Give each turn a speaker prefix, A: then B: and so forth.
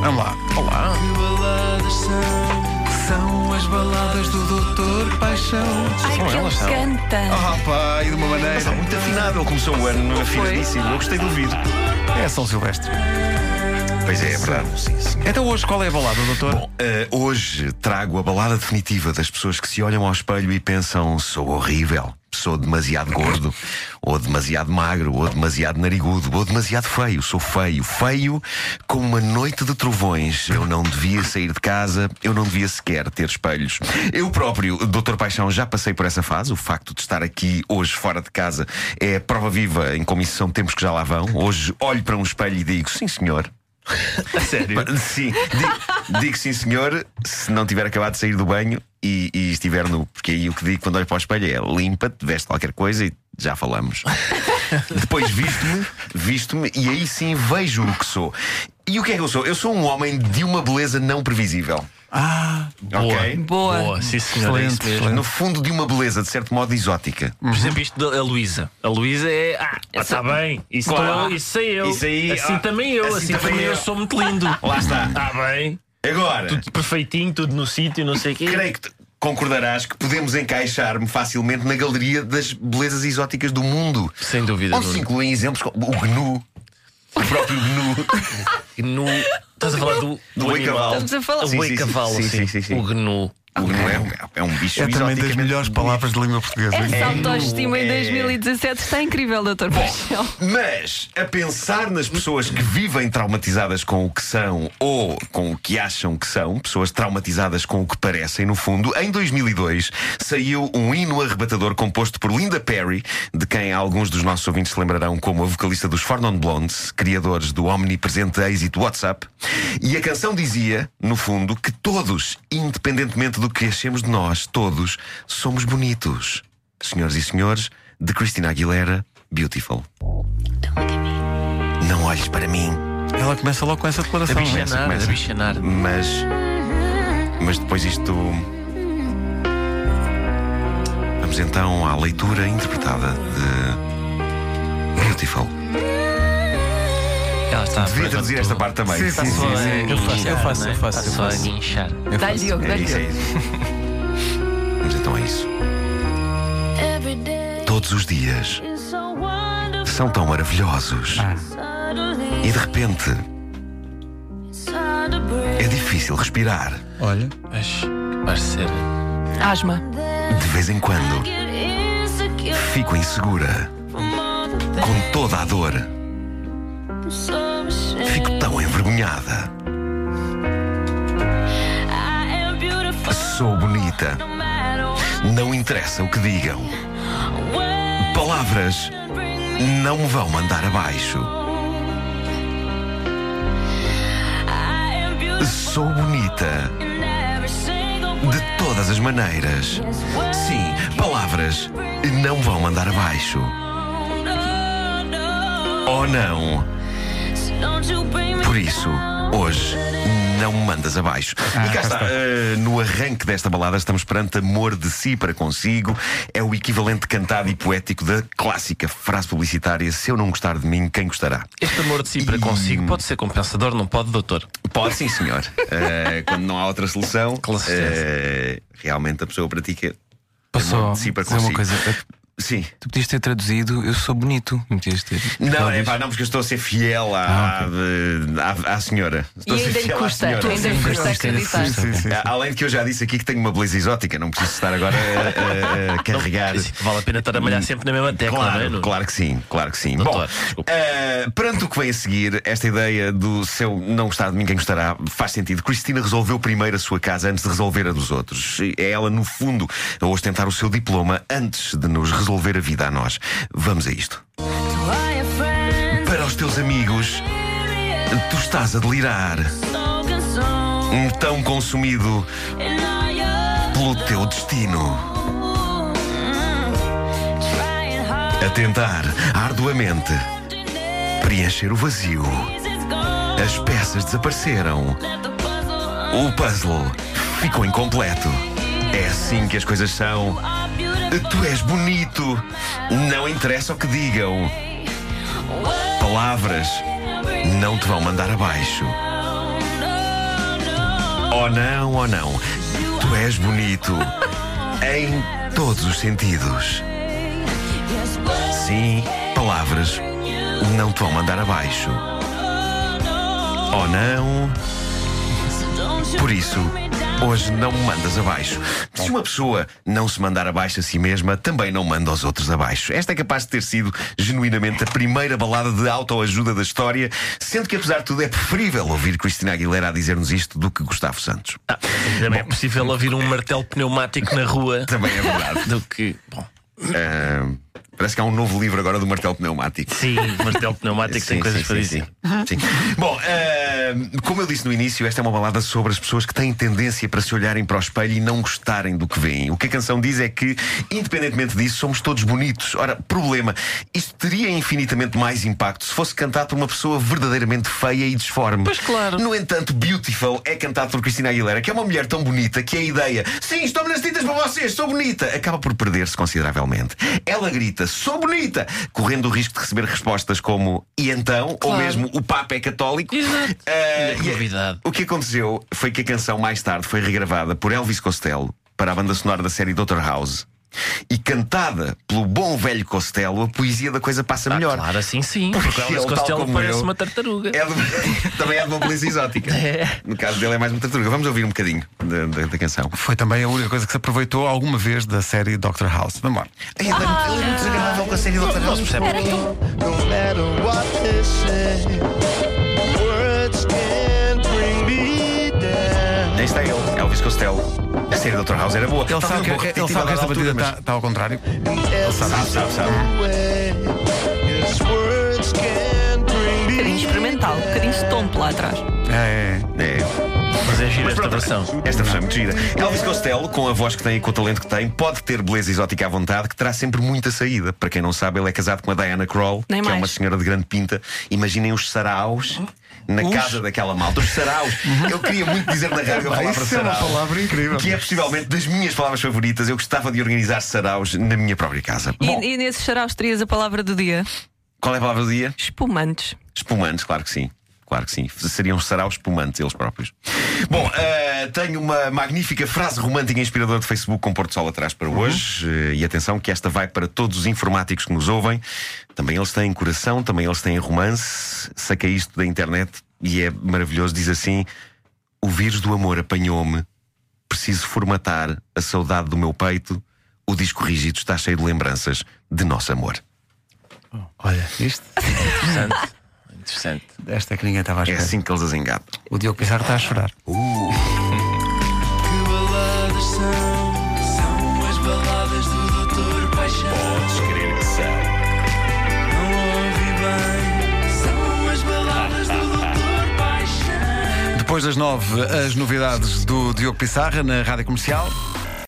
A: Vamos lá. Olá.
B: Que baladas são? São as baladas do Doutor Paixão.
C: Ai,
A: São
C: que
A: elas,
C: ele
A: são.
C: canta.
B: Ah, pá, e de uma maneira.
A: Está muito afinado, ele começou o ano afinadíssimo. Eu gostei de ouvir.
B: É São Silvestre.
A: Pois é, é verdade. Sim, sim.
B: Então hoje qual é a balada, doutor?
A: Bom, eh, hoje trago a balada definitiva das pessoas que se olham ao espelho e pensam: sou horrível, sou demasiado gordo, ou demasiado magro, ou demasiado narigudo, ou demasiado feio, sou feio, feio como uma noite de trovões. Eu não devia sair de casa, eu não devia sequer ter espelhos. Eu próprio, Dr. Paixão, já passei por essa fase. O facto de estar aqui hoje fora de casa é prova viva em como isso são tempos que já lá vão. Hoje olho para um espelho e digo: sim, senhor.
D: Sério?
A: Mas, Sim, digo, digo sim, senhor, se não tiver acabado de sair do banho e, e estiver nu. Porque aí o que digo quando olho para o espelho é limpa-te, veste qualquer coisa e já falamos. Depois visto-me, visto-me e aí sim vejo o que sou. E o que é que eu sou? Eu sou um homem de uma beleza não previsível. Ah, ok.
C: Boa.
D: Boa, sim senhor, é isso
B: Excelente,
D: mesmo. Hum.
B: excelente.
A: No fundo, de uma beleza, de certo modo, exótica.
D: Por exemplo, isto da Luísa. A Luísa é. Ah, está bem. Isso,
A: Claro.
D: estou eu, isso sei eu.
A: Isso aí,
D: assim
A: ah,
D: também eu.
A: assim
D: Assim,
A: também
D: também, eu.
A: eu.
D: sou muito lindo.
A: Lá está.
D: Está bem.
A: Agora,
D: Tudo perfeitinho, tudo no sítio, não sei o quê.
A: creio que. te- Concordarás que podemos encaixar-me facilmente na galeria das belezas exóticas do mundo.
D: Sem dúvida,
A: Onde se
D: Nuno.
A: incluem exemplos como o GNU, o próprio GNU,
D: Gnu. Estás a falar do.
A: do boi
D: animal.
A: cavalo.
C: Estamos a falar-
D: O
A: Sim,
D: boi
A: sim, sim,
D: cavalo,
A: sim,
D: sim,
A: sim, sim, sim.
D: O Gnu.
A: O GNU é um, é um bicho
B: Ah, É também das
A: exoticamente
B: melhores
A: bonito.
B: palavras de língua portuguesa.
C: Essa
A: É.
C: autoestima em
A: É.
C: 2017 está incrível, doutor Paixão.
A: Mas a pensar nas pessoas que vivem traumatizadas com o que são ou com o que acham que são, pessoas traumatizadas com o que parecem, no fundo, em 2002 saiu um hino arrebatador composto por Linda Perry, de quem alguns dos nossos ouvintes se lembrarão como a vocalista dos Four Non Blondes, criadores do omnipresente êxito WhatsApp. E a canção dizia, no fundo, que todos, independentemente do que achemos de nós, todos somos bonitos. Senhoras e senhores, de Cristina Aguilera, Beautiful. Não olhes para mim,
B: Ela começa logo com essa
D: A
B: declaração. não é?
D: bichanar,
A: Tá assim começa.
D: a bichanar.
A: mas. Mas depois isto. Vamos então à leitura interpretada de. Beautiful.
D: Ela está a
A: Devia traduzir esta parte também.
B: Sim, sim, sim,
D: Eu faço, eu faço, eu faço. Está só a guinchar.
C: Dá-lhe, Diogo,
A: É
C: dá-lhe.
A: isso, é
C: Diogo.
A: isso. Vamos então a isso.
E: Every day
A: Todos os dias
E: is so wonderful.
A: são tão maravilhosos
E: Suddenly,
A: e de repente
E: it's hard to breathe.
A: é difícil respirar.
B: Olha.
D: Mas, parceiro.
C: Asma.
A: De vez em
E: I
A: quando
E: get insecure
A: fico insegura
E: from all the things
A: com toda a dor.
E: I'm so
A: Fico
E: ashamed.
A: tão envergonhada.
E: I am beautiful
A: Sou bonita.
E: no matter what.
A: Não interessa o que digam.
E: Words
A: Palavras
E: can bring me
A: não me vão mandar abaixo.
E: home. I am beautiful
A: Sou bonita
E: in every single way.
A: de todas as maneiras.
E: Yes, words
A: Sim, palavras não vão mandar abaixo.
E: don't, no,
A: Oh não!
E: no. Don't you bring me
A: Por isso, hoje não me mandas abaixo. e cá está, eh, no arranque desta balada estamos perante amor de si para consigo. É o equivalente cantado e poético da clássica frase publicitária: se eu não gostar de mim, quem gostará?
D: Este amor de si para consigo pode ser compensador, não pode, doutor?
A: Pode sim, senhor. Eh, quando não há outra solução,
D: Com certeza.
A: eh, realmente a pessoa pratica.
F: Passou.
A: amor de si para
F: dizer uma
A: consigo.
F: coisa.
A: Sim.
F: Tu podias ter traduzido Eu sou bonito. Não podias ter.
A: Não, Ah, é
F: Talvez.
A: pá, não, porque eu estou a ser fiel à, à, à- à senhora.
C: E
A: Estou a ser
C: ainda lhe
A: fiel à
C: custa,
A: senhora.
C: ainda lhe custa acreditar.
B: Sim, sim.
A: A- Além de que eu já disse aqui que tenho uma beleza exótica, não preciso estar agora a, a- a carregar.
D: Então, Isso, Vale a pena estar a malhar sempre na mesma tecla, não é?
A: Claro,
D: Nuno?
A: claro que sim, claro que sim. Bom,
D: Doutor, desculpe.
A: eh, perante o que vem a seguir, esta ideia do seu não gostar de mim, quem gostará, faz sentido. Cristina resolveu primeiro a sua casa antes de resolver a dos outros. É ela, no fundo, a ostentar o seu diploma antes de nos resolver a vida a nós. Vamos a isto.
E: to higher friends.
A: Para os teus amigos, tu estás a delirar,
E: So consumed
A: hum, tão consumido
E: in all your
A: pelo teu destino,
E: mm, trying hard.
A: a tentar arduamente preencher o vazio.
E: It's gone.
A: As peças desapareceram.
E: Let the puzzle
A: O puzzle ficou incompleto. É assim que as coisas são.
E: are beautiful.
A: Tu és bonito. Não interessa o que digam.
E: Words
A: Palavras
E: can bring me
A: não te vão mandar abaixo.
E: home. No,
A: Oh não, oh não. Tu és bonito em todos os sentidos. Sim, palavras não te vão mandar abaixo. Oh não. Por isso, hoje não me mandas abaixo. Se uma pessoa não se mandar abaixo a si mesma, também não manda aos outros abaixo. Esta é capaz de ter sido genuinamente a primeira balada de autoajuda da história, sendo que, apesar de tudo, é preferível ouvir Cristina Aguilera a dizer-nos isto do que Gustavo Santos.
D: Ah, também é possível ouvir um martelo pneumático na rua
A: Também é verdade.
D: do que. Bom,
A: Ah, parece que há um novo livro agora do martelo pneumático.
D: sim, martelo pneumático tem
A: Sim,
D: coisas
A: sim,
D: para
A: sim,
D: dizer.
A: sim. Sim. Bom, ah, como eu disse no início, esta é uma balada sobre as pessoas que têm tendência para se olharem para o espelho e não gostarem do que veem. O que a canção diz é que, independentemente disso, somos todos bonitos. Ora, problema, isto teria infinitamente mais impacto se fosse cantado por uma pessoa verdadeiramente feia e disforme.
C: Pois claro.
A: No entanto, Beautiful é cantado por Cristina Aguilera, que é uma mulher tão bonita que a ideia, sim, estou-me nas tintas para vocês, sou bonita, acaba por perder-se consideravelmente. Ela grita, sou bonita, correndo o risco de receber respostas como e então, ou
C: Claro.
A: mesmo o Papa é católico.
D: Exato.
A: Ah,
D: Ainda que
A: e-
D: novidade.
A: o que aconteceu foi que a canção mais tarde foi regravada por Elvis Costello para a banda sonora da série Dr. House. E cantada pelo bom velho Costello, a poesia da coisa passa
D: Ah,
A: melhor.
D: claro, assim sim.
A: Porque
D: Porque o Elvis
A: ele, tal
D: Costello
A: como
D: parece
A: eu-
D: uma tartaruga.
A: É de- também é de uma beleza exótica.
D: É.
A: No caso dele é mais uma tartaruga. Vamos ouvir um bocadinho da, da- da canção.
G: Foi também a única coisa que se aproveitou alguma vez da série Doctor House. Vamos lá.
A: Ai, ele é muito- ele é muito desagradável com a série Dr.
D: Não
A: House.
D: se percebe.
H: No matter what they say, words can't bring me down.
A: Aí está ele, Elvis Costello. A série Dr. House era boa.
G: Ele
A: Talvez
G: sabe
A: um
G: que,
A: pouco
G: ele sabe
A: repetitiva
G: que
A: a
G: esta
A: dada
G: batida
A: altura,
G: está tá ao contrário. É,
A: mas- Sabe, sabe, sabe.
H: Way, yes, words can't bring me
C: bocadinho experimental, um bocadinho stomp lá atrás.
G: É,
A: É.
D: Mas é giro
A: Mas
D: esta
A: pronto,
D: versão.
A: Esta versão é muito gira. Elvis Costello, com a voz que tem e com o talento que tem, pode ter beleza exótica à vontade, que terá sempre muita saída. Para quem não sabe, ele é casado com a Diana Kroll,
C: Nem
A: que é
C: mais.
A: uma senhora de grande pinta. Imaginem os saraus na casa daquela malta. Os saraus. Eu queria muito dizer na rádio a
G: é.
A: palavra
G: Isso é
A: sarau.
G: uma palavra incrível.
A: Que é possivelmente das minhas palavras favoritas. Eu gostava de organizar saraus na minha própria casa.
C: E,
A: Bom,
C: e nesses xaraus terias a palavra do dia?
A: qual é a palavra do dia?
C: Espumantes.
A: Espumantes, claro que sim. Claro que sim. Seriam saraus espumantes eles próprios. Bom, eh, tenho uma magnífica frase romântica e inspiradora de Facebook com Porto Sol atrás para hoje. Eh, e atenção, que esta vai para todos os informáticos que nos ouvem. Também eles têm coração, também eles têm romance. Saquei isto da internet e é maravilhoso. Diz assim: O vírus do amor apanhou-me. Preciso formatar a saudade do meu peito. O disco rígido está cheio de lembranças de nosso amor.
G: Olha, isto,
D: Interessante. Interessante.
G: esta é que ninguém estava a
A: É
G: esperar.
A: assim que eles as engatam.
G: O Diogo Pissarro está a chorar.
B: Que baladas são? São as baladas do Doutor Paixão. Não ouvi bem. São as baladas do Doutor Paixão.
G: Depois das nove, as novidades do Diogo Pissarra na rádio comercial.